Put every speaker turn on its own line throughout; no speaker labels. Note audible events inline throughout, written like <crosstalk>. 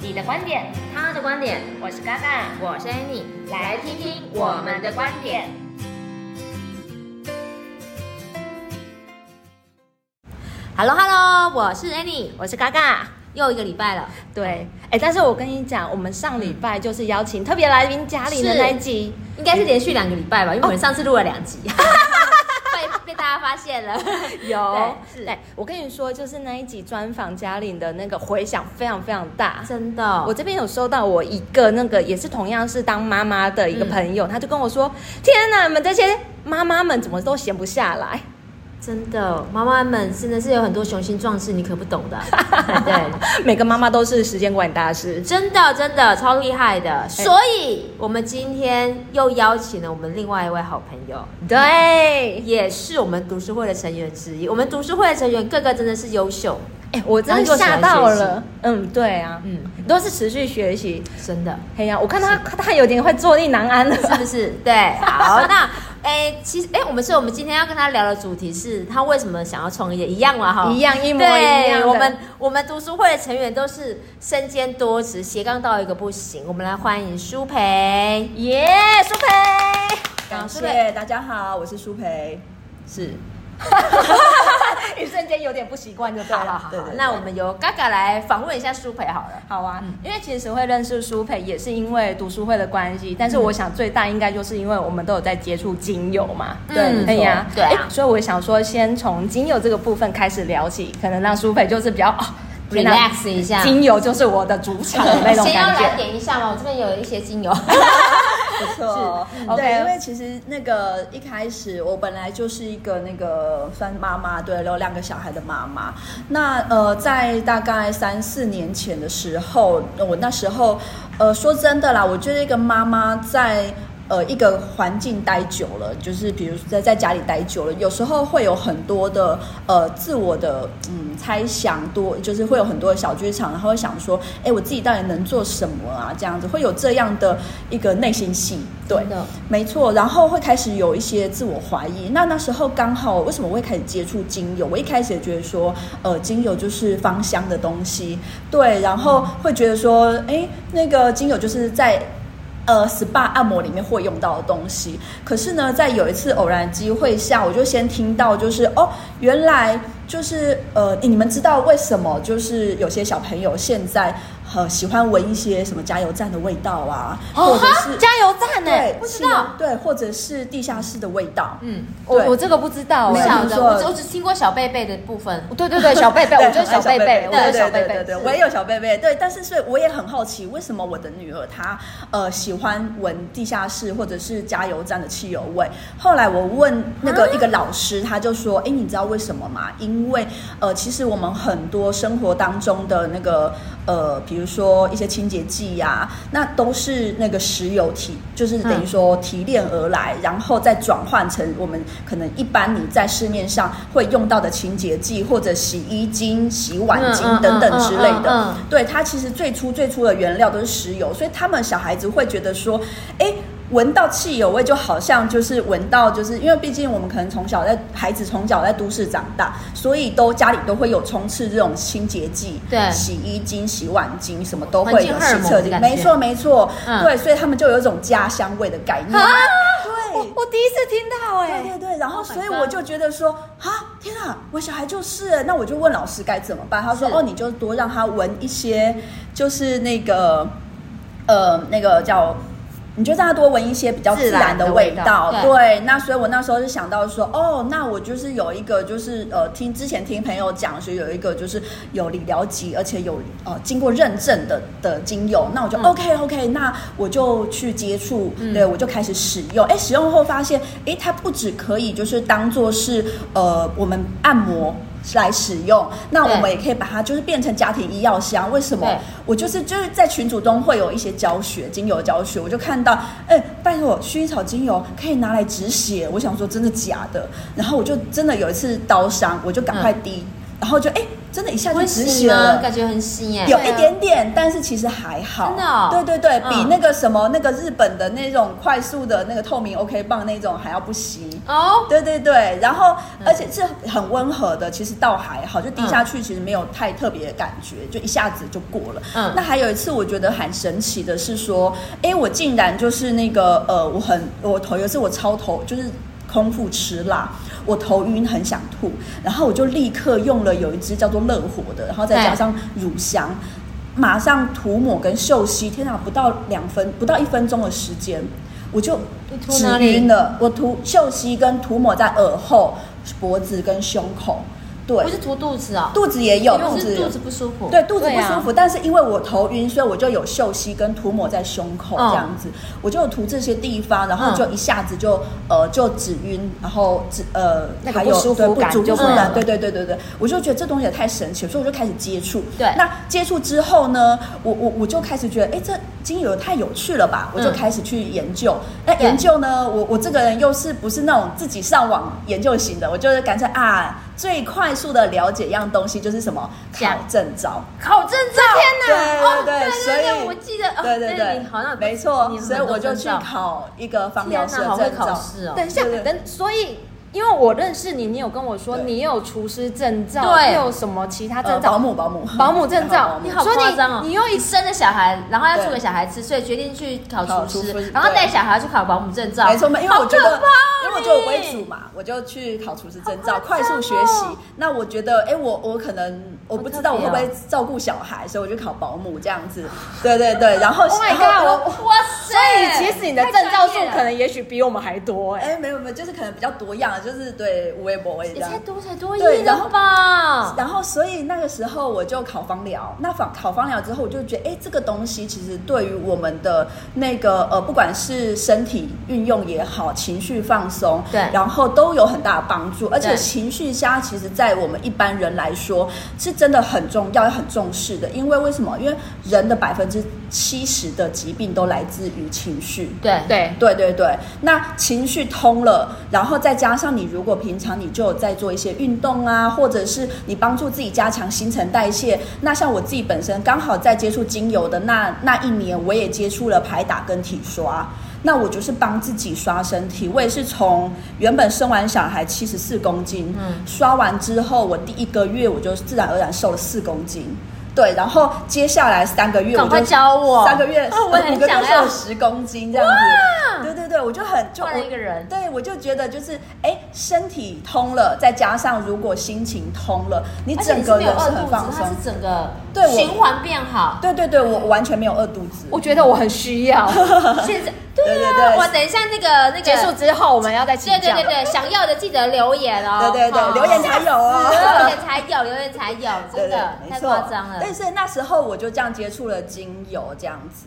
你的观点，
他的观点，
我是嘎嘎，
我是 Annie，
来听听我们的观点。
Hello Hello，我是 Annie，我是嘎嘎，又一个礼拜了。
对，哎，但是我跟你讲，我们上礼拜就是邀请特别来宾嘉玲的
嗯是
那一集，
应该是连续两个礼拜吧，因为
哦
我们上次录了两
<laughs>
集，被被大家发现 <laughs> 了。
有
哦对是
对，我跟你说，就是那一集专访嘉玲的那个回响非常非常大。
真的，
我这边有收到我一个那个也是同样是当妈妈的一个
嗯
朋友，他就跟我说：“天哪，你们这些妈妈们怎么都闲不下来？”
真的，妈妈们真的是有很多雄心壮志，你可不懂
<laughs>
的。对，
每个妈妈都是时间管理大师。
真的真的超厉害
哎
的。所以，我们今天又邀请了我们另外一位好朋友，
对，
也是我们读书会的成员之一。我们读书会的成员个个真的是优秀，
哎、我真的吓到了。嗯，对啊，
嗯，
都是持续学习。
真的。
哎呀、我看他他有点快坐立难安了。
是不
<laughs>
是？对，好，那哎、其实哎、我们是我们今天要跟他聊的主题是他为什么想要创业，一样嘛哈，
一样一模
对
一样的
我们我们读书会的成员都是身兼多职，斜杠到一个不行。我们来欢迎舒培，
耶，苏培，
好
感
舒培
谢大家好，我是舒培。
是，
一瞬间有点不习惯就对
好好
了。
好，
对对对
那我们由嘎嘎来访问一下舒培好了。
好啊，因为其实会认识苏培也是因为读书会的关系，但是我想最大应该就是因为我们都有在接触精油嘛，
嗯
对，哎呀，
对啊
哎所以我想说先从精油这个部分开始聊起，可能让苏培就是比较哦，天哪
Relax 一下
精油就是我的主场的那种
先要
感
来
觉，
点一下吗？我这边有一些精油，
不错哦
是嗯，OK
对，因为其实那个一开始我本来就是一个那个算妈妈，对，有两个小孩的妈妈。那呃，在大概三四年前的时候，我那时候呃，说真的啦，我觉得一个妈妈在。呃，一个环境待久了，就是比如在在家里待久了，有时候会有很多的呃自我的嗯猜想多，就是会有很多的小剧场，然后会想说，哎，我自己到底能做什么啊？这样子会有这样的一个内心戏， <laughs> 对
真的，
没错。然后会开始有一些自我怀疑。那那时候刚好为什么我会开始接触精油？我一开始也觉得说，呃，精油就是芳香的东西，对，然后会觉得说，哎，那个精油就是在呃 SPA 按摩里面会用到的东西。可是呢，在有一次偶然机会下，我就先听到就是哦，原来就是呃，你们知道为什么就是有些小朋友现在呃喜欢闻一些什么加油站的味道啊，
哦
或者是。
加油站呢、
对，
不知道
汽油对，或者是地下室的味道，
嗯，
我
对
我这个不知道
欸我
哎、
没有
晓
听
得，
说
我只我只听过小贝贝的部分，
对对对，小贝贝，
对
我就是小贝贝，我就
对
是
对
小
对
贝
对
贝
对，，我也有小贝贝。对，但是所以我也很好奇，为什么我的女儿她呃喜欢闻地下室或者是加油站的汽油味？后来我问那
啊
个一个老师，他就说：“哎，你知道为什么吗？因为呃，其实我们很多生活当中的那个呃，比如说一些清洁剂呀、那都是那个石油提，就是
嗯
等于说提炼而来，然后再转换成我们可能一般你在市面上会用到的清洁剂或者洗衣精、洗碗巾
嗯嗯
等等之类
嗯嗯嗯
的。对，它其实最初最初的原料都是石油，所以他们小孩子会觉得说，哎。闻到汽油味，就好像就是闻到，就是因为毕竟我们可能从小在孩子从小在都市长大，所以都家里都会有充斥这种清洁剂、
对
洗衣精、洗碗巾，什么都
环
会
境
有
荷尔
洗
蒙
车
的感
精，
觉
没错没错，
嗯啊
对，所以他们就有一种家乡味的概念。
我
<laughs>
我第一次听到哎、
对对对，然后
Oh my
所以
God
我就觉得说啊，天啊，我小孩就是，那我就问老师该怎么办。他说
是
哦，你就多让他闻一些，就是那个呃那个叫。你就让他多闻一些比较
自
自
然
然
的
的味
味道
道，
对
对。那所以我那时候就想到说，哦，那我就是有一个，就是呃，听之前听朋友讲，所以有一个就是有理疗级，而且有呃经过认证的的精油，那我就、
嗯
OK OK，那我就去接触，对我就开始使用。哎，使用后发现，哎，它不只可以就是当做是呃我们按摩。来使用，那
对
我们也可以把它就是变成家庭医药箱。为什么
对？
我就是就是在群组中会有一些教学，精油教学，我就看到，哎、拜托，薰衣草精油可以拿
嗯
来止血。我想说真的假的？然后我就真的有一次刀伤，我就赶快滴。然后就哎，真的一下就
会
止
洗
血
吗？
了。
感觉很洗耶。
有一点点，但是其实还好。
啊真的哦
对对对，
嗯
比那个什么那个日本的那种快速的那个透明 OK 棒那种还要不吸。
哦，
对对对，然后而且是很温和的，其实倒还好，就滴下去其实没有太特别的感觉，就一下子就过了。
嗯
那还有一次我觉得很神奇的是说，哎，我竟然就是那个呃，我很我头有一次我超头就是。空腹吃辣，我头晕很想吐，然后我就立刻用了有一支叫做乐活的，然后再加上乳香，马上涂抹跟嗅吸，天啊哪，不到两分不到一分钟的时间，我就
你涂
止
哪里
晕了。我涂嗅吸跟涂抹在耳后、脖子跟胸口，对
不，是涂肚子哦，
肚子也有，
因
肚
为
子
是
有
肚子不舒服。
对，肚子
对
不
啊
舒服，但是因为我头晕，所以我就有嗅息跟涂抹在胸口
嗯
这样子，我就有涂这些地方，然
嗯
后就一下子就、呃就止晕，然后止呃
那个
还有
不舒服
对
感
不舒
就
服
没
感，
了
对对对对对，我就觉得这东西也太神奇了，所以我就开始接触。
对
那接触之后呢，我我我就开始觉得，哎，这精油太有趣了吧，我就
嗯
开始去研究。那、
对
研究呢，我我这个人又是不是那种自己上网研究型的，我就是干脆啊。最快速的了解一样东西就是什么考
讲
证照，
考证照，天
对对对
哦
所以
我记得，哦
对对
那
对
你，好像有
没错
你，很
所
多
以我就
证
去
照
考一个芳疗
天
师
哪，
的
好会
证
考
照。
试哦。
等一下
对对，
等，所以因为我认识你，你有跟我说
对
你有厨师证照，
对
又有什么其他
呃
证
保
照？
姆保姆
保姆证照
<laughs>
保，
你
姆
好
所以
夸张哦！
你又一
生了小孩，然后要
对
做给小孩吃，所以决定去考
考
厨
厨
师
师，
然后
对
带小孩去考保姆证照。
没错，没因为
好
我觉
可
得
怕哦，
因为我觉得我不会
你
煮嘛，我就去考厨师证照，
好夸
快
张哦
速学习。那我觉得，哎，我我可能我不知道我
好
会
特
不
别哦
会照顾小孩，所以我就考保姆这样子。对对对，然后
Oh my
然后
god，
然后
我
哇塞！所
所哎以其实你的证照数可能也许比我们还多哎、
哎，没有没有，就是可能比较多样，就是对无微不微这
也
样
才。多才多艺
对然
了
后
吧？
然后，所以那个时候我就考芳疗。那考考芳疗之后，我就觉得，哎，这个东西其实对于我们的那个呃，不管是身体运用也好，情绪放松，
对
然后都有很大的帮助。而且
对
情绪虾，其实在我们一般人来说，是真的很重要、也很重视的。因为为什么？因为人的百分之七十的疾病都来自于情绪。
对
对，
对对对，那情绪通了，然后再加上你如果平常你就有在做一些运动啊，或者是你帮助自己加强新陈代谢。那像我自己本身刚好在接触精油的那那一年，我也接触了排打跟体刷。那我就是帮自己刷身体，我也是从原本生完小孩七十四公斤，
嗯
刷完之后，我第一个月我就自然而然瘦了四公斤，对，然后接下来三个月
赶
我就
快教我
三个月，
哦我很
五个
想
月
要
瘦十公斤这样子。对对对，我就很就
换了一个
我
人。
对我就觉得就是哎，身体通了，再加上如果心情通了，你
而且
整
你是
个
没有
人
饿
是
肚
很
子，
放
它
松
是。整个
对我
循环变
<laughs>
好。
对对对，我我完全没有饿肚子。
我觉得我很需
<laughs>
要。
<laughs>
现在
对
对
对
啊，
对
我等一下那个那个
结束之后我们要再请
对对
教。
对对，想要的记得留言哦。
对对对
哦，
留言才有
留
哦。
言才有，留言才有，
对
真
对
的，
没
太
错
夸张了。
但是那时候我就这样接触了精油这样子，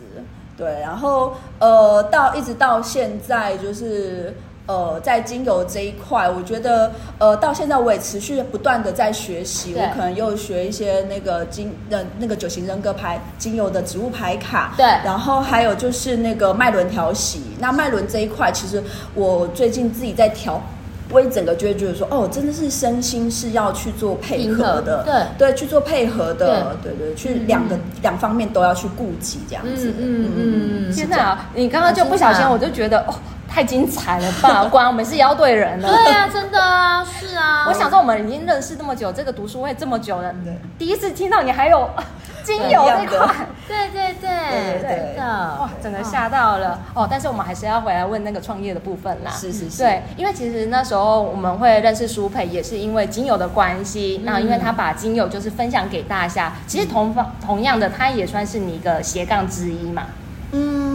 对，然后呃，到一直到现在就是。呃，在精油这一块，我觉得呃，到现在我也持续不断的在学习，
对
我可能又学一些那个精呃那个九型人格牌精油的植物牌卡，
对
然后还有就是那个脉轮调息。那脉轮这一块，其实我最近自己在调，我也整个就会觉得说，哦，真的是身心是要去做配
平
合
衡
的，
对
对，去做配合的，对对，去两个两方面都要去顾及这样子。
嗯嗯嗯嗯，
天哪，你刚刚就不小
很精
心，
彩啊
我就觉得哦，太精彩了
<laughs>
吧！果然我们是邀对人了。
对啊，真的啊，是啊。
我想说，我们已经认识这么久，这个读书会这么久了，第一次听到你还有 <laughs> 啊精油这
一样的
块，
对对对
对对
真的
哇，哦整个吓到了哦！但是我们还是要回来问那个创业的部分啦。
是是是，
对，因为其实那时候我们会认识舒培，也是因为精油的关
嗯
系。那、因为他把精油就是分享给大家，其实同方同样的，他也算是你一个斜杠之一嘛。
嗯。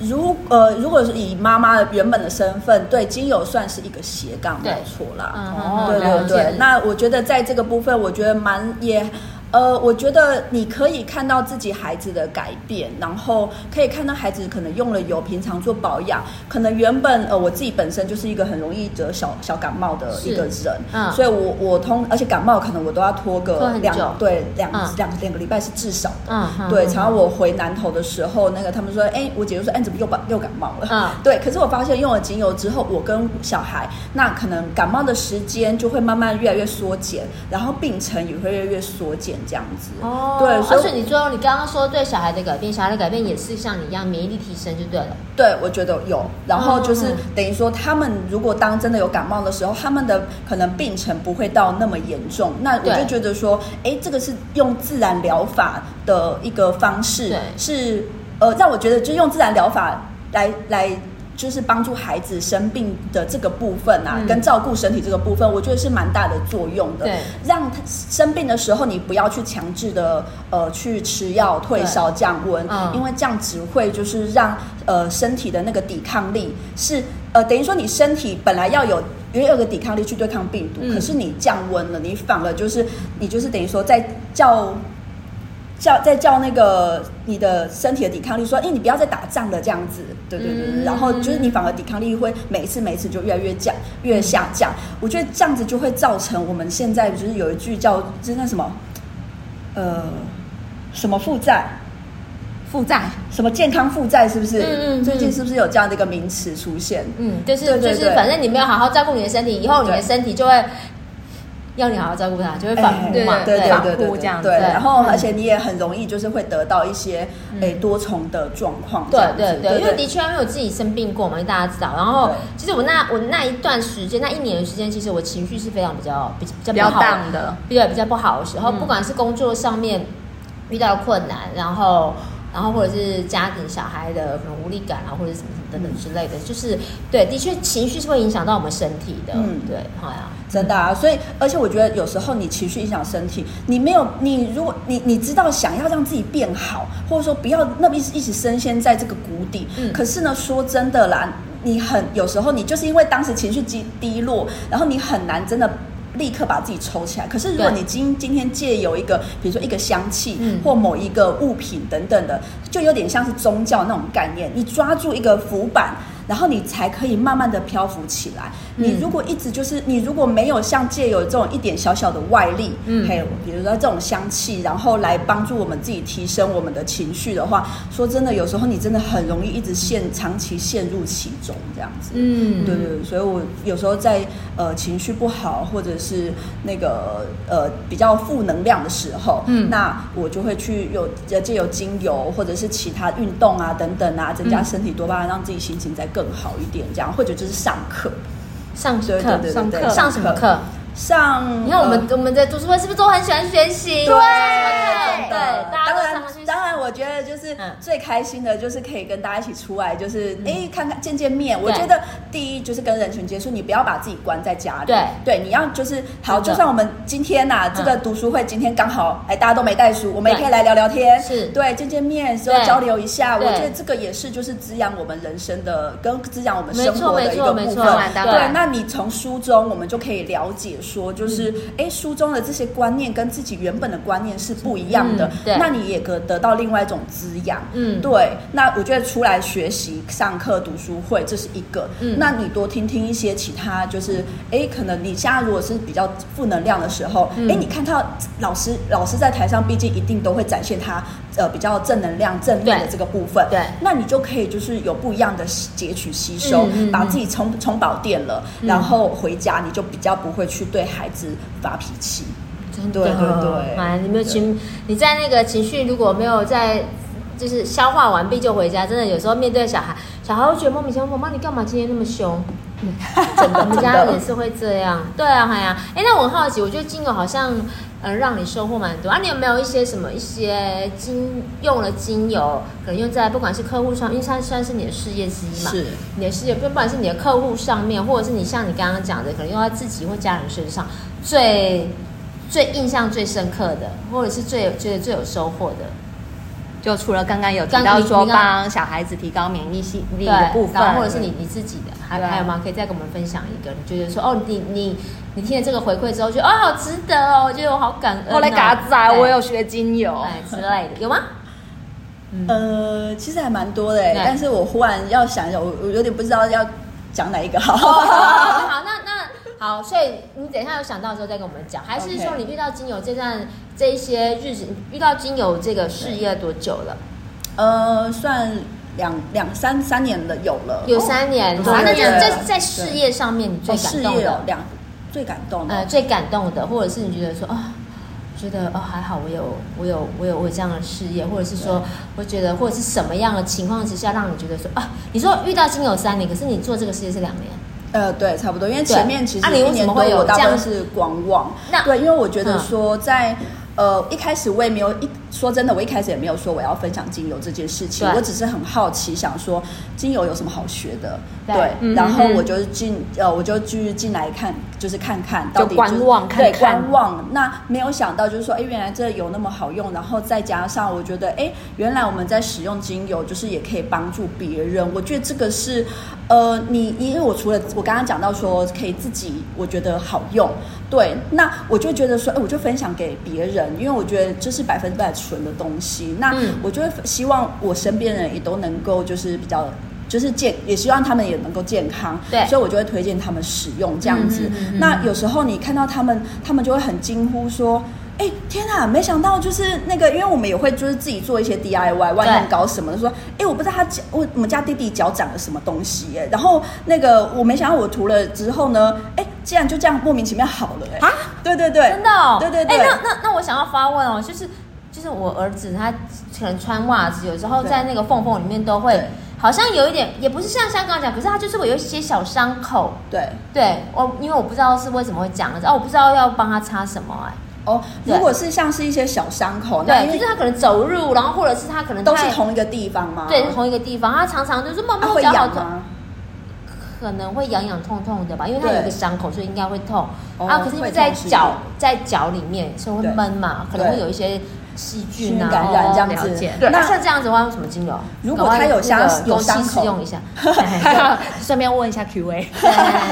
如呃，如果是以妈妈的原本的身份，对精油算是一个斜杠，没
对
有错啦。
嗯
哦
对
了
对
解
对，那我觉得在这个部分，我觉得蛮也呃，我觉得你可以看到自己孩子的改变，然后可以看到孩子可能用了油，平常做保养，可能原本呃我自己本身就是一个很容易得小小感冒的一个
是
人，
嗯
所以我我通而且感冒可能我都要
拖
拖个
很
两
久
对两、
嗯
两两个礼拜是至少的，
嗯嗯
对，
嗯
然后我回南投的时候，那个他们说，哎、我姐就说，哎、你怎么又感又感冒了？
嗯
对，可是我发现用了精油之后，我跟小孩那可能感冒的时间就会慢慢越来越缩减，然后病程也会越来越缩减这样子。
哦，
对，所
而
以
且你最后你刚刚说对小孩的改变，小孩的改变也是像你一样免疫力提升就对了。
对，我觉得有。然后就是
嗯
等于说，他们如果当真的有感冒的时候，他们的可能病程不会到那么严重。那我
对
就觉得说，哎，这个是用自然疗法的一个方式
对，
是呃，让我觉得就用自然疗法来来。就是帮助孩子生病的这个部分啊，
嗯
跟照顾身体这个部分，我觉得是蛮大的作用的。
对
让他生病的时候，你不要去强制的呃去吃药退
对
烧降温，
嗯
因为。因为这样只会就是让呃身体的那个抵抗力是呃等于说你身体本来要有也有个抵抗力去对抗病毒，
嗯
可是你降温了，你反而就是你就是等于说在叫叫在叫那个你的身体的抵抗力说，哎、你不要再打仗了这样子，对对对对，
嗯
然后就是你反而抵抗力会每一次每一次就越来越降越下降，我觉得这样子就会造成我们现在就是有一句叫就是那什么呃什么负债。
负债。
什么健康负债是不是？
嗯嗯嗯
最近是不是有这样的一个名词出现？
嗯，就是
对对
就是，
对
反正你没有好好照顾你的身体，以后你的
对
身体就会要你好好照顾它，就会嗯反
哎
扑嘛。
对
对
对
反
对
复
对
这样
对，
子
对然后
嗯
而且你也很容易就是会得到一些诶多重的状况这
对
样子，
对对，因为的
对
确，因为我自己生病过嘛，大家知道。然后
对，
其实我那我那一段时间，那一年的时间，其实我情绪是非常比较比比较
比
不
较
好
down 的，
对比较不好的时候，
嗯
不管是工作上面遇到困难，然后然后或者是家庭小孩的可能无力感啊，或者什么什么等等之类的，就是对，的确情绪是会影响到我们身体的。
嗯
对，好呀，
真的啊，所以而且我觉得有时候你情绪影响身体，你没有你如果你你知道想要让自己变好，或者说不要那么一直一直深陷在这个谷底，
嗯
可是呢，说真的啦，你很有时候你就是因为当时情绪低低落，然后你很难真的。立刻把自己抽起来。可是如果
对
你今今天借由一个，比如说一个香气、
嗯
或某一个物品等等的，就有点像是宗教那种概念，你抓住一个浮板，然后你才可以慢慢的漂浮起来。你
嗯
如果一直就是你如果没有像借由这种一点小小的外力，
嗯
嗯，还有比如说这种香气，然后来帮助我们自己提升我们的情绪的话，说真的，有时候你真的很容易一直陷长期陷入其中这样子。
嗯
对对对，所以我有时候在呃情绪不好或者是那个呃比较负能量的时候，
嗯
那我就会去有呃借由精油或者是其他运动啊等等啊，增加
嗯
身体多巴胺，让自己心情再更好一点，这样或者就是上课，
上
对对
课
对
上
对
课
对，
上什么课？
上，
你看我们、我
呃
们的读书会是不是都很喜欢学习？
对
我们上什么课对，大家
当
都
然
上去，。
当然，我觉得就是
嗯
最开心的，就是可以跟大家一起出来，就是
嗯
哎、看看见见面。我
对
觉得第一就是跟人群接触，你不要把自己关在家里。
对
对，你要就是好，
真的嗯
就算我们今天呐、这个读书会今天刚好哎，大家都没带书，我们也
对
可以来聊聊天，
是
对，见见面，所
对
以交流一下。我
对
觉得这个也是就是滋养我们人生的，跟滋养我们
没
生
错
活的
没
一个
错
部
没
分。
错，
当
对
对，那你从书中我们就可以了解说，
嗯
就是哎、诶书中的这些观念跟自己原本的观念是不一样的，
嗯对
那你也可得到另外一种滋养。
嗯
对，那我觉得出来学习、上课、读书会，这是一个。
嗯
那你多听听一些其他，就是哎，可能你现在如果是比较负能量的时候，哎、
嗯
你看到老师老师在台上，毕竟一定都会展现他呃比较正能量、正面的
对
这个部分。
对
那你就可以就是有不一样的吸截取吸收，
嗯嗯
把
嗯
自己充充饱电了，然后回家你就比较不会去对孩子发脾气。
真的，
对对对
妈，你没有情，你在那个情绪如果没有在。就是消化完毕就回家，真的有时候面对小孩，小孩会觉得莫名其妙，妈妈你干嘛今天那么凶？
真的
我们
真
家
的
也是会这样， <laughs> 对啊，哎呀、哎、那我很好奇，我觉得精油好像呃让你收获蛮多啊，你有没有一些什么一些精用了精油，可能用在不管是客户上，因为它算是你的事业之一嘛，
是
你的事业，不管是你的客户上面，或者是你像你刚刚讲的，可能用在自己或家人身上，最最印象最深刻的，或者是最有觉得最有收获的，
就除了刚刚有提
刚
到
你
说
你刚
帮小孩子提高免疫系
对
力的部分
然，后或者是你你自己的，还
对
还有吗？可以再跟我们分享一个，你觉得说哦，你你你听了这个回馈之后，觉得哦好值得哦，我觉得我好感恩、哦。
后来嘎仔，
对
我有学精油，
哎之类的，有吗？嗯
呃，其实还蛮多的哎，
对
但是我忽然要想一下，我我有点不知道要讲哪一
<laughs>
个
哦
好。
好，那那好，所以你等一下有想到的时候再跟我们讲，还是
OK
说你遇到精油这段这一些日子，你遇到精油这个事业多久了？
呃，算两两三三年了，有了，
有三年，
哦
好，那
三
就
年了
在在事业上面你最
哦
感
事
动
业有
的，
两最感动的
呃，最感动的，或者是你觉得说啊。觉得哦还好，我有我有我有我有这样的事业，或者是说，我觉得或者是什么样的情况之下让你觉得说啊，你说遇到精油三年，可是你做这个事业是两年，
呃，对，差不多，因为
对
前面其
啊
实
你
一
为什
年
么
多
会有
我大部
这样
分是观望
那，
对，因为我觉得
嗯
说在。呃，一开始我也没有一说真的，我一开始也没有说我要分享精油这件事情
对，
我只是很好奇，想说精油有什么好学的，
对
对。
嗯
然后
嗯
我就进呃，我就继续进来看，就是看看到底
就观望看
对，
看
观望。那没有想到就是说，哎，原来这有那么好用，然后再加上我觉得，哎，原来我们在使用精油就是也可以帮助别人，我觉得这个是呃，你因为我除了我刚刚讲到说可以自己，我觉得好用，对，那我就觉得说，哎、我就分享给别人，因为我觉得这是百分之百纯的东西，那
嗯
我就会希望我身边的人也都能够就是比较。就是健，也希望他们也能够健康，
对
所以我就会推荐他们使用这样子。
嗯嗯嗯嗯
那有时候你看到他们，他们就会很惊呼说：“哎、天啊，没想到就是那个，因为我们也会就是自己做一些 DIY，万用
对
搞什么的，说，哎、我不知道他脚，我我们家弟弟脚长了什么东西耶、然后那个我没想到我涂了之后呢，哎、竟然就这样莫名其妙好了、哎，
啊，
对对对，
真的、哦，
对对对
哎、那那那我想要发问哦，就是就是我儿子他可能穿袜子，有时候
对
在那个缝缝里面都会
对，
好像有一点，也不是像香港讲，可是他就是会有一些小伤口。
对。
对我，因为我不知道是为什么会讲，哦，我不知道要帮他擦什么、哎
哦，
对
如果是像是一些小伤口
哎，，
那
对，
因
就
为
是他可能走路，然后或者是他可能
都是
太
同一个地方吗？
对同一个地方，他常常就是妈
啊
妈
会
脚好
痒
痛，
吗？
可能会痒痒痛痛的吧，因为它
对
有一个伤口，所以应该会痛。
哦
啊，可是因为
会痛
在
是一
脚
定
在脚里面，所以会
对
闷嘛，可能
对
会有一些细菌啊
细菌感染这样子
哦了解
对
那
那 <laughs>
像这样子的话，用什么精油？
如果
搞不好
它有
那个
伤有
枸杞
伤口
试用一
<laughs>
下。
<laughs>
对
顺便问一下 Q&A，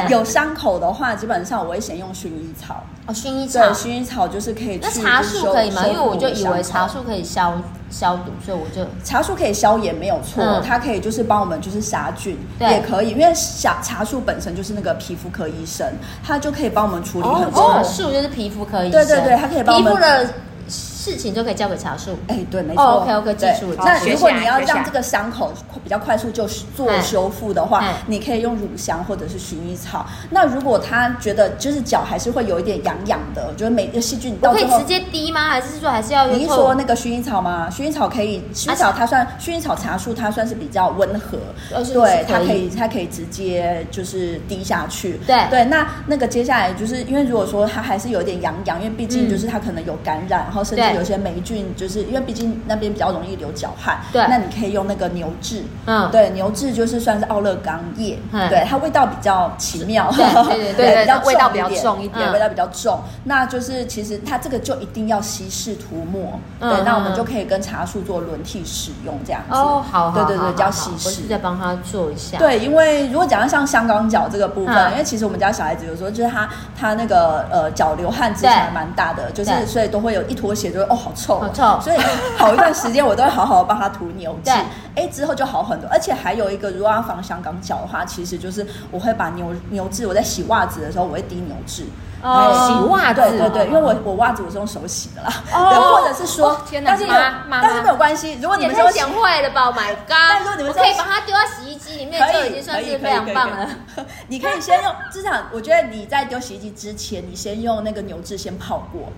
有伤口的话，基本上我会先用薰衣草。
哦，薰衣草
对，。薰衣草就是可以去
那茶
就是
树
修
可以吗？
修
因为我
复
就以为
伤口
茶树可以消消毒，所以我就
茶树可以消炎没有错，
嗯
它可以就是帮我们就是杀菌，
对
也可以，因为茶茶树本身就是那个皮肤科医生，它就可以帮我们处理
哦
很，多。
茶树就是皮肤科医
对
生，
对对它可以帮我
皮
们
肤的事情就可以交给茶树。
哎、对，没错。
哦，OK，OK，
对
记住了
那
好
如果
学起来
你要
学起来
让这个伤口比较快速就做
哎
修复的话，
哎
你可以用乳香或者是薰衣草。那如果他觉得就是脚还是会有一点痒痒的，就是每个细菌
我
到
可
最
以
后
直。接滴吗？还是说还是要用
你一
透啊
说那个薰衣草吗？薰衣草可以，薰衣草它算薰衣草茶树，它算是比较温和，
哦是
对，
是可
它可
以
以它可以直接就是滴下去，
对
对。那那个接下来就是因为如果说它还是有点痒痒，因为毕竟就是它可能有感染，然后甚
嗯对
至有些霉菌，就是因为毕竟那边比较容易流脚汗，
对
那你可以用那个牛至，
嗯
对，牛至就是算是奥勒冈叶
嗯，
对，它味道比较奇妙，
对对对
<laughs>
对
比较
味道
重
比较
一点
重一
点
对，味道比较重。那就是其实它这个就一定要稀释涂抹，
嗯
对，那
嗯
我们
嗯
就可以跟茶树做轮替使用这样子。
哦，好好好，
对对
好
对，叫
好
稀
我
释
是。在帮他做一下。，
对，因为如果讲到像香港脚这个部分，
嗯
因为其实我们家小孩子有时候就是他他那个呃脚流汗之前
对
还蛮大的，就是
对
所以都会有一脱鞋就会哦好臭，
好臭
所以好一段时间我都会好好地帮他涂牛
对
剂，哎之后就好很多，而且还有一个如果要防香港脚的话，其实就是我会把牛牛质我在洗袜子的时候我会滴牛质。
哦
哎
洗袜子
对对对，因为我我袜子我是用手洗的啦，
哦
对，或者是说，
哦天哪
但是有
妈妈
但是没有关系，如果
你
你
也
们是用
太贤惠了吧！Oh my
但如果
god，
你们
我
说
可以把它丢到洗衣机里面，就已经算是非常棒了。。 <laughs>
可以可以可以可以 <laughs> 你可以先用，至少我觉得你在丢洗衣机之前，你先用那个牛至先泡过，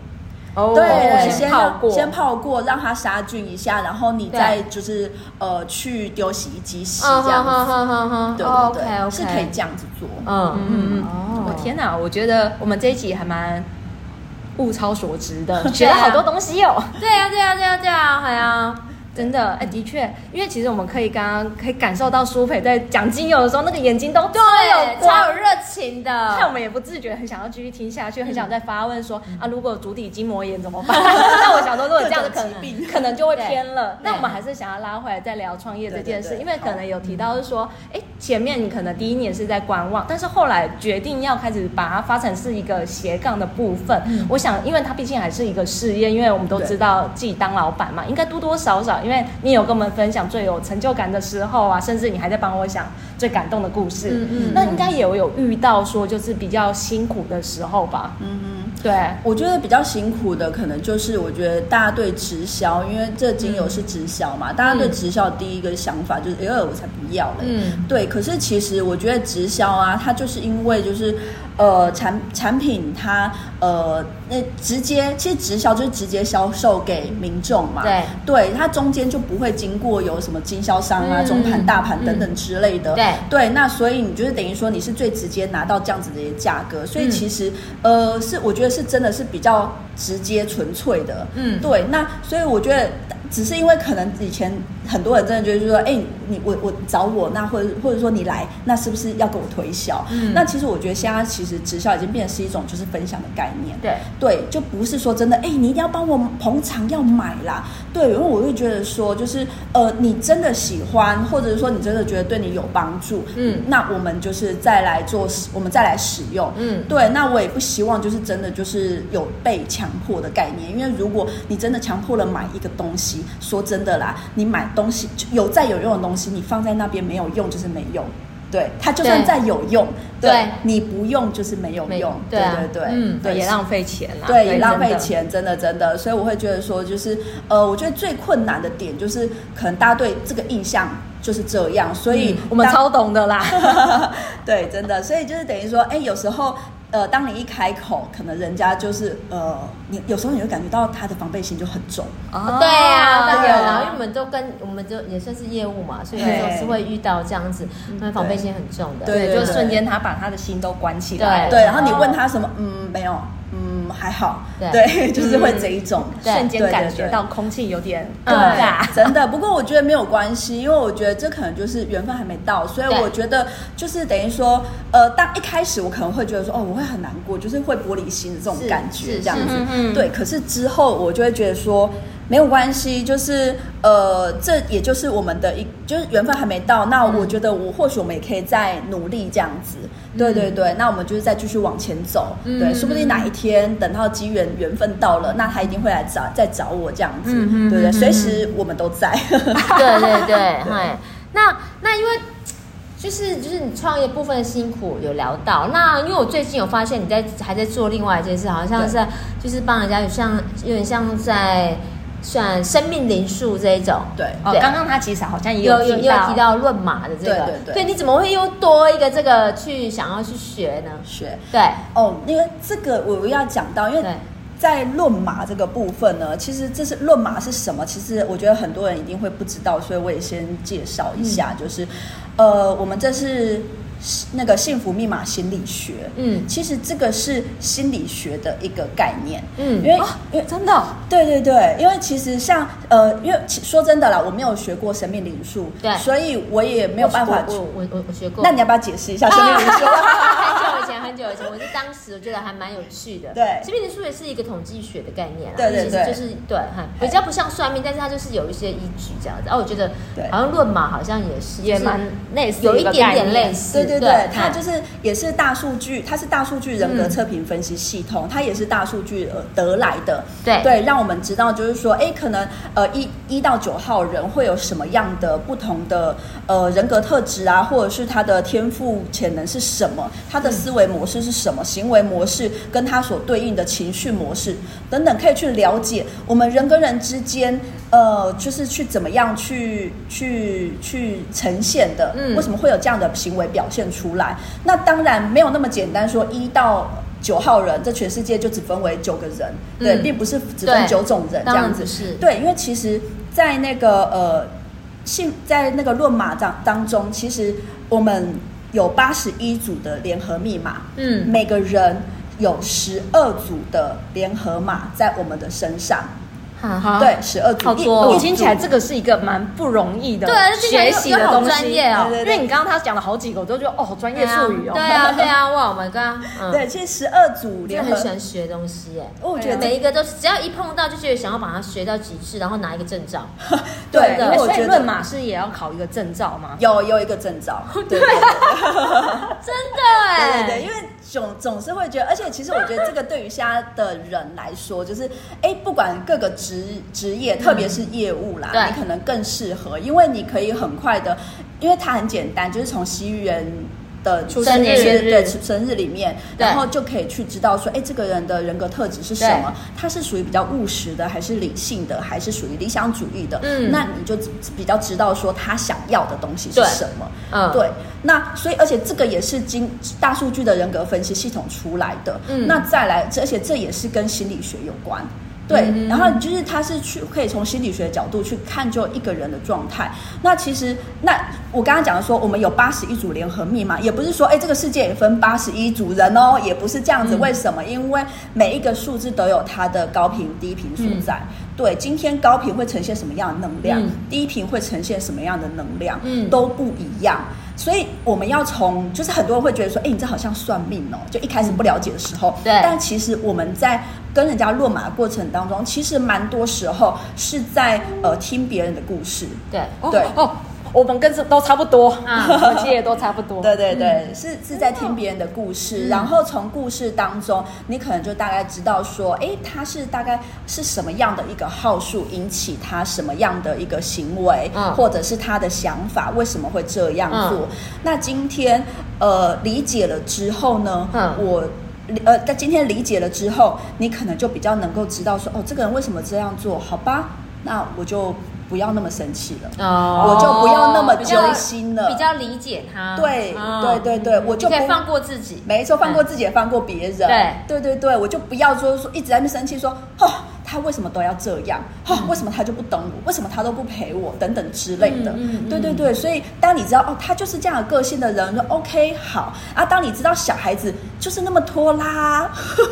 哦
对，
先
先
泡
让
过，
先泡过，让它杀菌一下，然后你
对
再就是呃去丢洗衣机洗
嗯
这样
哼
子。
哼哼哼
对
哦
对
，OK
对，
OK，
是可以这样子做。
嗯
嗯嗯
哦
嗯，我天哪，我觉得我们这一集还蛮物超所值的，学了好多东西哦。
对啊对啊对啊对啊，哎呀，
真的，哎，的确，因为其实我们可以刚刚可以感受到苏培在讲精油的时候，那个眼睛都超有
对，
光
超有热情的。
害我们也不自觉很想要继续听下去，很想再发问说啊，如果足底筋膜炎怎么办？那我想说，如果这样子可
各种疾病
能可能就会偏了
对。
那我们还是想要拉回来再聊创业这件
对
事，
对对
因为可能有提到是说，哎，前面你可能第一年是在观望，但是后来决定要开始把它发展是一个斜杠的部分。我想，因为它毕竟还是一个事业，因为我们都
对
知道自己当老板嘛，应该多多少少，因为你有跟我们分享最有成就感的时候啊，甚至你还在帮我想最感动的故事，
嗯嗯
那应该也有遇到说就是比较辛苦的时候吧？嗯嗯，对，
我觉得比较辛苦的，可能就是我觉得大家对直销，因为这
嗯
精油是直销嘛，大家对直销第一个想法就是，哎、呦我才不要嘞。
嗯
对，可是其实我觉得直销啊，它就是因为就是，呃，产产品它呃，那直接其实直销就是直接销售给民众嘛，
对，
对，它中间就不会经过有什么经销商啊、
嗯
中盘、大盘
嗯
等等之类的，
对
对，那所以你就是等于说你是最直接拿到这样子的一个价格，所以
嗯
其实、呃，是我觉得是真的是比较直接纯粹的，
嗯
对，那所以我觉得，只是因为可能以前很多人真的觉得就是说，哎、你我我找我，那或者或者说你来，那是不是要给我推销？
嗯
那其实我觉得现在其实直销已经变成是一种就是分享的概念。
对，
对，就不是说真的，哎、你一定要帮我捧场要买啦。对，因为我会觉得说，就是呃，你真的喜欢，或者是说你真的觉得对你有帮助，
嗯
那我们就是再来做，我们再来使用，
嗯
对，那我也不希望就是真的就是有被强迫的概念，因为如果你真的强迫了买一个东西，说真的啦，你买东西就有再有用的东西，你放在那边没有用就是没用。对，它就算
对
再有用，对
对
你不用就是没有
没
用，
对啊
对对，
嗯
对，
也浪费钱啦，
对，也浪
啊真
费
的。
钱，真的真的，所以我会觉得说，就是呃，我觉得最困难的点就是，可能大家对这个印象就是这样，所以、
嗯我们超懂的啦，
<laughs> 对，真的，所以就是等于说，哎，有时候呃，当你一开口，可能人家就是呃，你有时候你会感觉到他的防备心就很重，
哦
对啊，当
对
然
啊
啦，因为我们都跟我们就也算是业务嘛，所以有
对
时候是会遇到这样子，那防备心很重的。
对
对，就 <laughs> 瞬间他把他的心都关起来了，
对，然后
哦
你问他什么，嗯，没有，嗯，还好，
对
<laughs> 就是会这一种。
对
嗯瞬间
对
感
对
觉
对
到空气有点
对
尴尬。，
啊
真的。不过我觉得没有关系，因为我觉得这可能就是缘分还没到，所以
对
我觉得就是等于说，呃，当一开始我可能会觉得说，哦，我会很难过，就是会玻璃心的这种
是
感觉，
是
这样
是
子。
嗯嗯
对，可是之后我就会觉得说。没有关系，就是呃，这也就是我们的一，就是缘分还没到。那我觉得我或许我们也可以再努力这样子，对对对。那我们就是再继续往前走，
嗯
对，说不定哪一天等到机缘缘分到了，那他一定会来找再找我这样子，
嗯
对对？随时我们都
<laughs>
在。
对对对，嗨，那那因为就是就是你创业部分的辛苦有聊到，那因为我最近有发现你在还在做另外一件事，好像是就是帮人家有像有点像在算生命灵数这一种，
对
哦
对，
刚刚他其实好像也
有
有
有
提
也有
到
提，到论码的这个，
对对对
你怎么会又多一个这个去想要去学呢？
学
对，
哦，因为这个我要讲到，因为
对
在论码这个部分呢，其实这是论码是什么？其实我觉得很多人一定会不知道，所以我也先介绍一下，
嗯
就是呃，我们这是那个幸福密码心理学，
嗯
其实这个是心理学的一个概念，因
嗯，
为、因为
真的哦
对对对，因为其实像呃，因为其说真的啦，我没有学过生命灵数，
对
所以我也没有办法
我
去。
我我我我学过，
那你要不要解释一
啊
下生
<laughs>
命灵数？
很久以前，很久以前，我是当时我觉得还蛮有趣的。
对
生命灵数也是一个统计学的概念啦，啊
对对
其实
对
就是对，很比较不像算命，但是它就是有一些依据这样子。哦，我觉得
对
好像论码好像也是，
也
就是
蛮类似，
有一点点类。似，
对对对，它就是是也是大数据，它是大数据人格测评分析系统，它也是大数据呃得来的。
对
对，让我们知道就是说，哎，可能呃一一到九号人会有什么样的不同的呃人格特质啊，或者是他的天赋潜能是什么，他的思维模式是什么，行为模式跟他所对应的情绪模式等等，可以去了解我们人跟人之间呃，就是去怎么样去去去呈现的，
嗯
为什么？怎么会有这样的行为表现出来？那当然没有那么简单，说一到九号人，这全世界就只分为九个人，对，
嗯
并不是只
对
分九种人这
当然
样子
不。是
对，因为其实，在那个呃性在那个论码当当中，其实我们有八十一组的联合密码，
嗯
每个人有十二组的联合码在我们的身上。
哈哈，
对，十二组
哦好
一
多哦
我
一组
听起来这个是一个蛮不容易的
对而且
学习的
又又好
东西，
专业哦
因为你刚刚他讲了好几个，我都觉得哦，专
对
业
啊
术语哦，
对啊，对啊，哇，Oh my god，嗯，
对，其实十二组
真
联
的
合哦
很喜欢啊学东西耶。
我觉得
每一个都是，只要一碰到就觉得想要把它学到极致，然后拿一个证照。
对，
因
因
为
为我
所以
觉
论
得
马师也要考一个证照嘛，
有有一个证照，
哦
对对对
对
对对，因为总总是会觉得，而且其实我觉得这个对于现在的人来说，就是哎、不管各个职职业，特别是业务啦，
对
你可能更适合，因为你可以很快的，因为它很简单，就是从西元。的
出生
一些
日嗯
对生日里面，
对
然后就可以去知道说，哎，这个人的人格特质是什么？他是属于比较务实的，还是理性的，还是属于理想主义的？
嗯
那你就比较知道说他想要的东西是
对
什么。
嗯，
对，那所以而且这个也是经大数据的人格分析系统出来的，
嗯
那再来，这而且这也是跟心理学有关。对，
嗯
然后就是他是去可以从心理学角度去看就一个人的状态。那其实那我刚刚讲的说，我们有八十一组联合密码，也不是说哎这个世界也分八十一组人哦，也不是这样子。
嗯
为什么？因为每一个数字都有它的高频低频所在。对，今天高频会呈现什么样的能量？
嗯
低频会呈现什么样的能量？
嗯
都不一样。所以我们要从，就是很多人会觉得说，哎、你这好像算命哦，就一开始不了解的时候，
对
但其实我们在跟人家落马的过程当中，其实蛮多时候是在呃听别人的故事，
对，
哦
对
哦，我们跟这都差不多，
啊
我记得也都差不多，
对对对，
嗯
是是在听别人的故事，然后从故事当中，你可能就大概知道说，哎，他是大概是什么样的一个号数引起他什么样的一个行为，
嗯
或者是他的想法为什么会这样做。
嗯
那今天呃理解了之后呢，
嗯
我。呃，但今天理解了之后，你可能就比较能够知道说，哦，这个人为什么这样做？好吧，那我就不要那么生气了。
哦
我就不要那么
比较
揪心了
比较理解他。
对
嗯
对对对我就
你可以
不
放过自己。
没错，放过自己也放过别人。
对
对对对我就不要说说一直在那边生气说，哦，他为什么都要这样？哦，
嗯
为什么他就不懂我？为什么他都不陪我？等等之类的。
嗯嗯嗯
对对对，所以当你知道哦，他就是这样的个性的人，就哦 OK 好啊。当你知道小孩子就是那么拖拉， <laughs>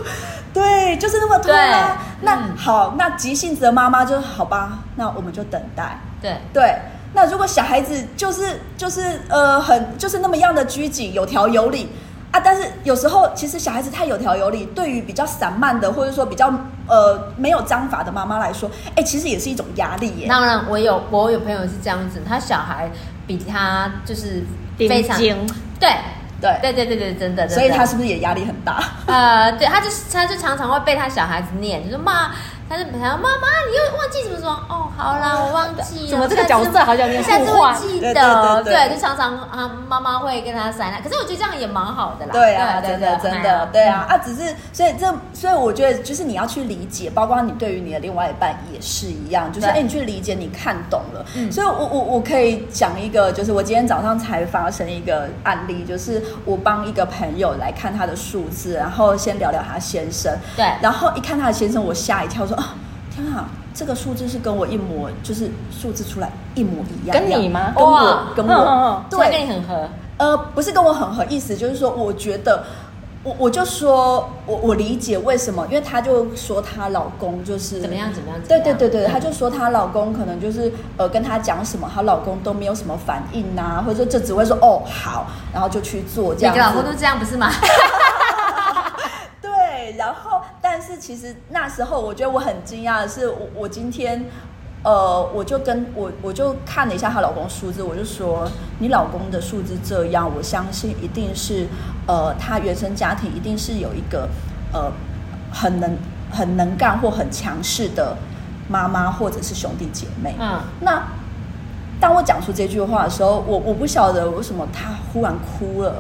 对，就是那么拖拉。
对
那、
嗯
好，那急性子的妈妈就好吧，那我们就等待。
对
对，那如果小孩子就是就是呃很就是那么样的拘谨，有条有理啊，但是有时候其实小孩子太有条有理，对于比较散漫的或者说比较呃没有章法的妈妈来说，哎，其实也是一种压力耶。
当然，我有我有朋友是这样子，他小孩比他就是
<laughs> 顶
非常
尖
对
对，
对对对对，真的。真的
所以他是不是也压力很大？
呃，对，他就是他就常常会被他小孩子念，就是骂，他就他说妈妈，你又忘记什么什么？哦，好啦，我忘记了。
<laughs>
怎么这个
下次
角色好像有点
下次
互换
会记
对对
得，
对对
对，就常常啊，妈妈会跟他塞奶，可是我觉得这样也蛮好的啦。哎
对啊，
对
真的真的，对啊，啊，只是所以这，所以我觉得就是你要去理解，包括你对于你的另外一半也是一样，就是
对
哎、你去理解，你看懂了。
嗯
所以我我我可以讲一个，就是我今天早上才发生一个案例，就是我帮一个朋友来看他的数字，然后先聊聊他先生，
对
然后一看他的先生，我吓一跳，说啊，天啊！这个数字是跟我一模，就是数字出来一模一样，
跟你吗
跟我
哇，
跟我，
嗯嗯嗯
对，跟你很合。
呃，不是跟我很合，意思就是说，我觉得。我我就说，我我理解为什么，因为她就说她老公就是
怎么样怎么样怎么
对
样
对对对，
嗯
她就说她老公可能就是呃跟她讲什么，她老公都没有什么反应呐、或者说就只会说哦好，然后就去做这
每
样
个
子。
老公都这样，不是吗？
对，然后但是其实那时候我觉得我很惊讶的是，我我今天。呃，我就跟我我就看了一下她老公数字，我就说你老公的数字这样，我相信一定是呃，他原生家庭一定是有一个呃很能很能干或很强势的妈妈或者是兄弟姐妹。
嗯，
那当我讲出这句话的时候，我我不晓得为什么她忽然哭了。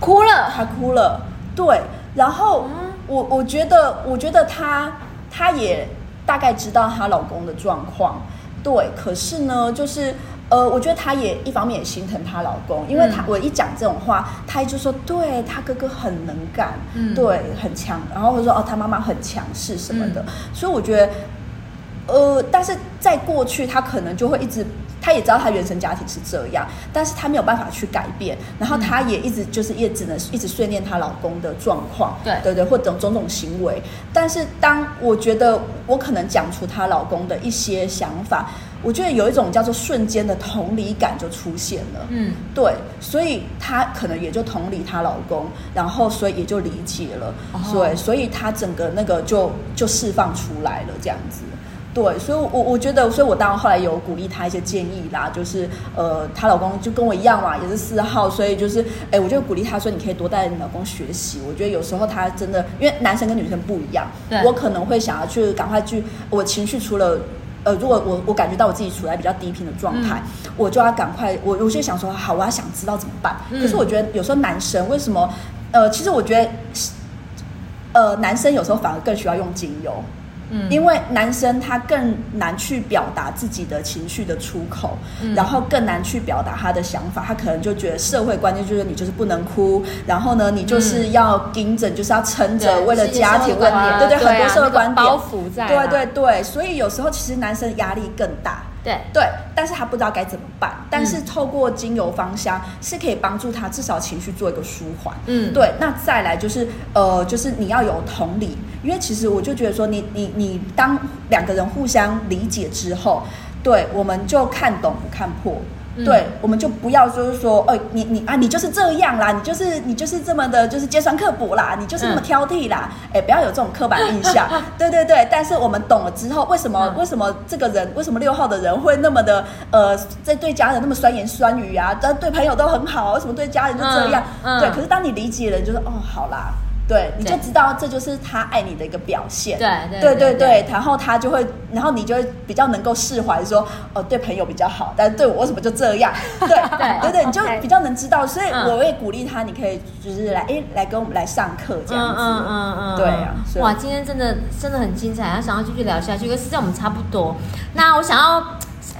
哭了，
他啊哭了，对，然后
嗯
我我觉得，我觉得她她也大概知道她老公的状况，对，可是呢，就是呃，我觉得她也一方面也心疼她老公，因为她、
嗯
我一讲这种话，她就说对她哥哥很能干，
嗯
对，很强，然后说哦，她妈妈很强势
嗯
什么的，所以我觉得呃，但是在过去，他可能就会一直他也知道他原生家庭是这样，但是他没有办法去改变，然后他也一直就是也只能一直碎念她老公的状况，
对
对对，或种种种行为。但是当我觉得我可能讲出她老公的一些想法，我觉得有一种叫做瞬间的同理感就出现了，
嗯，
对，所以她可能也就同理她老公，然后所以也就理解了，
哦
所以所以她整个那个就就释放出来了，这样子。对，所以我，我觉得，所以我当然后来有鼓励她一些建议啦，就是呃，她老公就跟我一样嘛，也是四号，所以就是，哎，我就鼓励她说，你可以多带你老公学习。我觉得有时候他真的，因为男生跟女生不一样
对，
我可能会想要去赶快去，我情绪除了。呃，如果我我感觉到我自己处在比较低频的状态，我就要赶快，我我就想说，好，我要想知道怎么办。
嗯
可是我觉得有时候男生为什么，呃，其实我觉得，呃，男生有时候反而更需要用精油，
嗯
因为男生他更难去表达自己的情绪的出口，
嗯
然后更难去表达他的想法。他可能就觉得社会观念就是你就是不能哭，然后呢，你就是要盯着，你就是要撑着，
嗯对
为了
是一些
家
社会
庭问
观
题，
念
对对，很
啊
多社会观
那
点，
个包袱在啦，
对对对，所以有时候其实男生压力更大。
对，
对，但是他不知道该怎么办。但是透过精油芳香是可以帮助他至少情绪做一个舒缓。
嗯，
对，那再来就是呃，就是你要有同理，因为其实我就觉得说你，你你当两个人互相理解之后，对，我们就看懂不看破。
嗯
对，我们就不要就是说，哦，你你啊，你就是这样啦，你就是你就是这么的，就是尖酸刻薄啦，你就是那么
嗯
挑剔啦，哎、不要有这种刻板印象。
<laughs>
对对对，但是我们懂了之后，为什么、
嗯
为什么这个人为什么六号的人会那么的呃，在对家人那么酸言酸语啊，但对朋友都很好，为什么对家人就这样？
嗯嗯
对，可是当你理解了，你就是哦，好啦，对，你就
对
知道这就是他爱你的一个表现。
对
对
对
对
对
对，然后他就会，然后你就会比较能够释怀说，哦，对朋友比较好，但是对我为什么就
<laughs>
这样？对
对
对对，你就
OK
比较能知道，所以
嗯
我会鼓励他，你可以就是来哎来跟我们来上课这
嗯
样子。对啊所以
哇，今天真的真的很精彩，他想要继续聊下去，可是时间我们差不多。那我想要，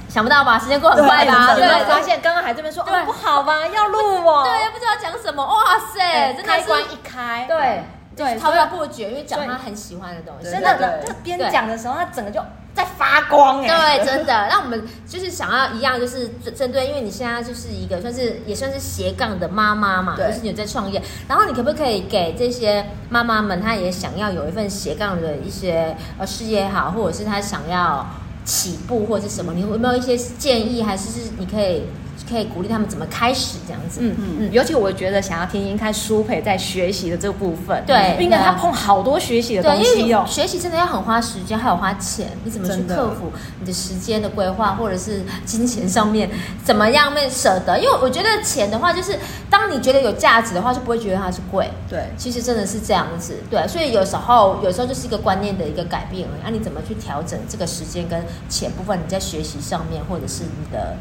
想不到吧？时间过很快吧？
对啊
有
对
没
真
有
的
发现刚刚还这边说
对
哦不好吧，要录我，
对，又不知道讲什么，哇塞，真的
开
是
关一开，
对
对
滔滔不绝，因为讲
所以
他很喜欢的东西，
对
真的，
对
他边
对
讲的时候，他整个就在发光哎、
对，真的。 <laughs> 那我们就是想要一样，就是针对，因为你现在就是一个算是也算是斜杠的妈妈嘛，就
对
是你有在创业，然后你可不可以给这些妈妈们，她也想要有一份斜杠的一些呃事业也好，或者是她想要起步或者是什么，你有没有一些建议，还是是你可以可以鼓励他们怎么开始这样子？
嗯嗯，尤其我觉得想要听听看舒培在学习的这部分，
对
因为
对啊
他碰好多学习的
对，
东
因
西哦
为，学习真的要很花时间，还有花钱。你怎么去
真的
克服你的时间的规划，或者是金钱上面怎么样面舍得？因为我觉得钱的话，就是当你觉得有价值的话，就不会觉得它是贵。
对
其实真的是这样子，对，所以有时候有时候就是一个观念的一个改变而已。那、啊你怎么去调整这个时间跟钱部分？你在学习上面，或者是你的、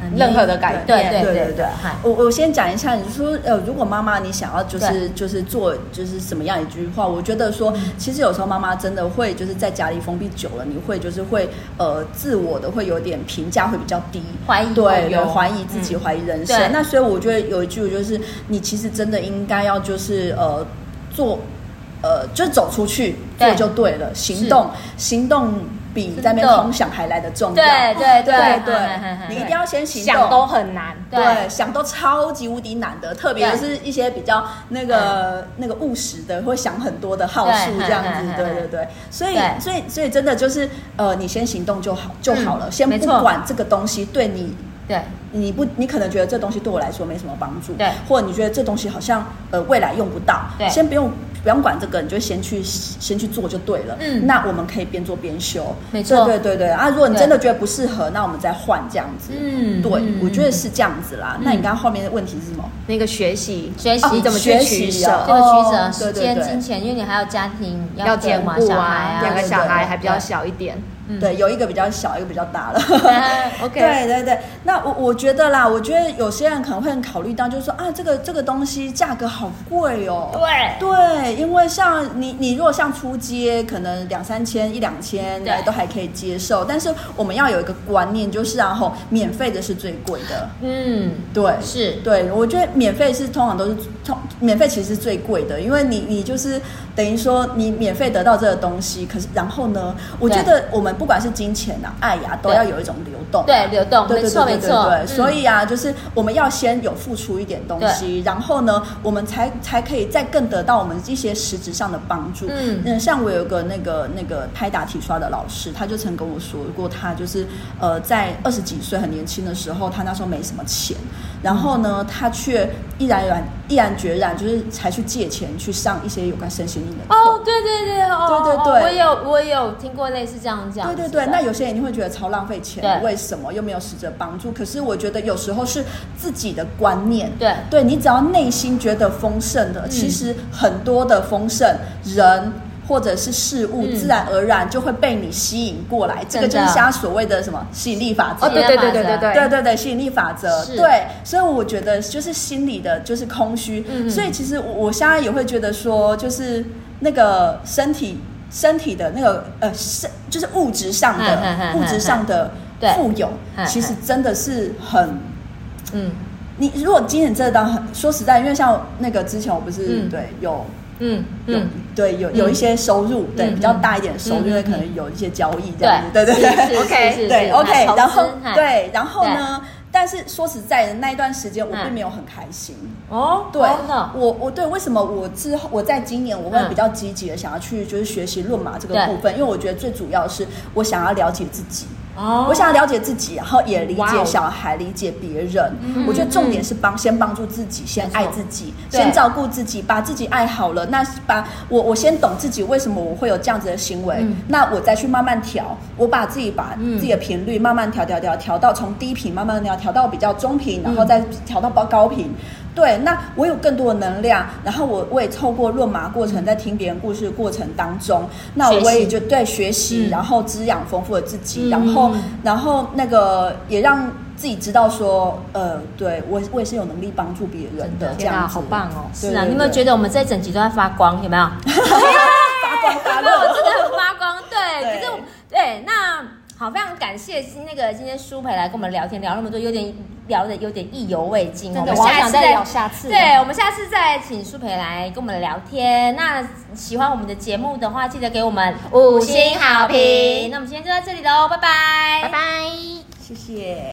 呃你
任何的改
对对
变
对
对
对
对
对
对，
嗨，
我我先讲一下，你说呃，如果妈妈你想要就
对
是就是做就是什么样一句话，我觉得说，
嗯
其实有时候妈妈真的会就是在家里封闭久了，你会就是会呃自我的会有点评价会比较低，
怀疑
对，
有
有怀疑自己，怀疑人
对
生。那所以我觉得有一句就是，你其实真的应该要就是呃做呃就是走出去
对
做就对了，行动行动比在那边
真的
空想还来的重要。
对对啊
对
对嗨嗨嗨
对，你一定要先行
想
动。
都很难，
对
对，想都超级无敌难的，特别
对
是一些比较那个那个务实的，会想很多的号数
对
这样
嗯嗯
子
嗯，
对
嗯
对对，所以
对
所以所以真的就是呃，你先行动就好就好了，
嗯
先
没
不
错
管这个东西对你
对
你不，你可能觉得这东西对我来说没什么帮助，
对
或者你觉得这东西好像呃未来用不到，
对
先不用不用管这个，你就先去先去做就对了。
嗯
那我们可以边做边修，
没错
对对对对啊。如果你
对
真的觉得不适合，那我们再换这样子，
嗯
对，
嗯
我觉得是这样子啦。
嗯
那你刚刚后面的问题是什么？
那个学习
学习
哦
你怎么去
学
取
习
舍
啊
这个取舍、
哦
时
对对
间、
对
金钱，因为你还有家庭
要
兼
兼
顾
顾
小孩
啊，两个
对
小
对
孩
对
还比较小一点，
嗯
对，有一个比较小，一个比较大了。
<laughs>
OK
对对对，那我我觉得啦，我觉得有些人可能会很考虑到，就是说啊，这个这个东西价格好贵哦，
对
对，因为像你，你如果像出街，可能两三千、一两千，
对
都还可以接受。但是我们要有一个观念，就是然、啊、后免费的是最贵的。
嗯，
对，
是，
对，我觉得免费是通常都是通免费其实是最贵的，因为你你就是等于说你免费得到这个东西，可是然后呢，我觉得我们不管是金钱啊、爱呀、都
对
要有一种流动啊、
对，流动，
对
没
对
错
对
没
对对
错
对，，所
嗯
以啊，就是我们要先有付出一点东西，然后呢，我们才才可以再更得到我们一些实质上的帮助。
嗯
嗯，像我有个那个那个拍打体刷的老师，他就曾跟我说过，他就是呃，在二十几岁很年轻的时候，他那时候没什么钱，然后呢，他却毅然然毅然决然就是才去借钱去上一些有关身心灵的课。
哦，对对对，哦，
对对
哦
对
我也有我也有听过类似这样讲，
对对对，那有些人你会觉得超浪费钱的，
对
为什么又没有实质的帮助？可是我觉得有时候是自己的观念，
对
对你只要内心觉得丰盛的，其实很多的丰盛人。或者是事物，
嗯
自然而然就会被你吸引过来，这个就
真
是
的
现在所谓的什么吸引力法则。
哦，对对对对对
对对对，吸引力法则，
是
对，所以我觉得就是心里的就是空虚，
嗯
所以其实我我现在也会觉得说，就是那个身体身体的那个呃身就是物质上的
嗨嗨嗨
物质上的
对
富有
嗨，
其实真的是很。
嗯
你如果今年真的到很说实在，因为像那个之前我不是、
嗯
对有
嗯
有、
嗯，
对有有一些收入，对
嗯
比较大一点的收入，
嗯
因为可能有一些交易这样子，对对对，
是是
OK，
是是
<laughs> 对
是
，OK，
投资
然后
嗨
对，然后呢？但是说实在的，那一段时间我并没有很开心。
嗯哦，
对
真的，
我我对为什么我之后我在今年我会
嗯
比较积极的想要去就是学习论码这个
对
部分，因为我觉得最主要是我想要了解自己，
哦，
我想要了解自己，然后也理
哇
解
哦
小孩，理解别人。我觉得重点是帮先帮助自己，
嗯
先
没错
爱自己，
对
先照顾自己，把自己爱好了，那把我我先懂自己为什么我会有这样子的行为，
嗯
那我再去慢慢调，我把自己把
嗯
自己的频率慢慢调调调调到从低频慢慢调调到比较中频，
嗯
然后再调到高高频。对，那我有更多的能量，然后我我也透过论麻过程，在听别人故事的过程当中，那
学习
哦我也就对学习，
嗯
然后滋养丰富了自己，
嗯
然后然后那个也让自己知道说，呃，对我我也是有能力帮助别人的，这
天啊，
样子
好棒哦！
是啊，
对对
你有没有
对
觉得我们这一整集都在发光？有
<laughs>
没有？
发光发
对，我
热。
真的很发光。对，
对
可是我对那好，非常感谢今那个今天舒培来跟我们聊天，聊那么多，有点聊的有点意犹未尽哦。
真的，
我
我
们
还
下
想
次
再
再
聊下次。
对，我们下次再请舒培来跟我们聊天。那喜欢我们的节目的话，记得给我们
五星好评
那我们今天就到这里喽，拜拜，
拜拜。
谢谢。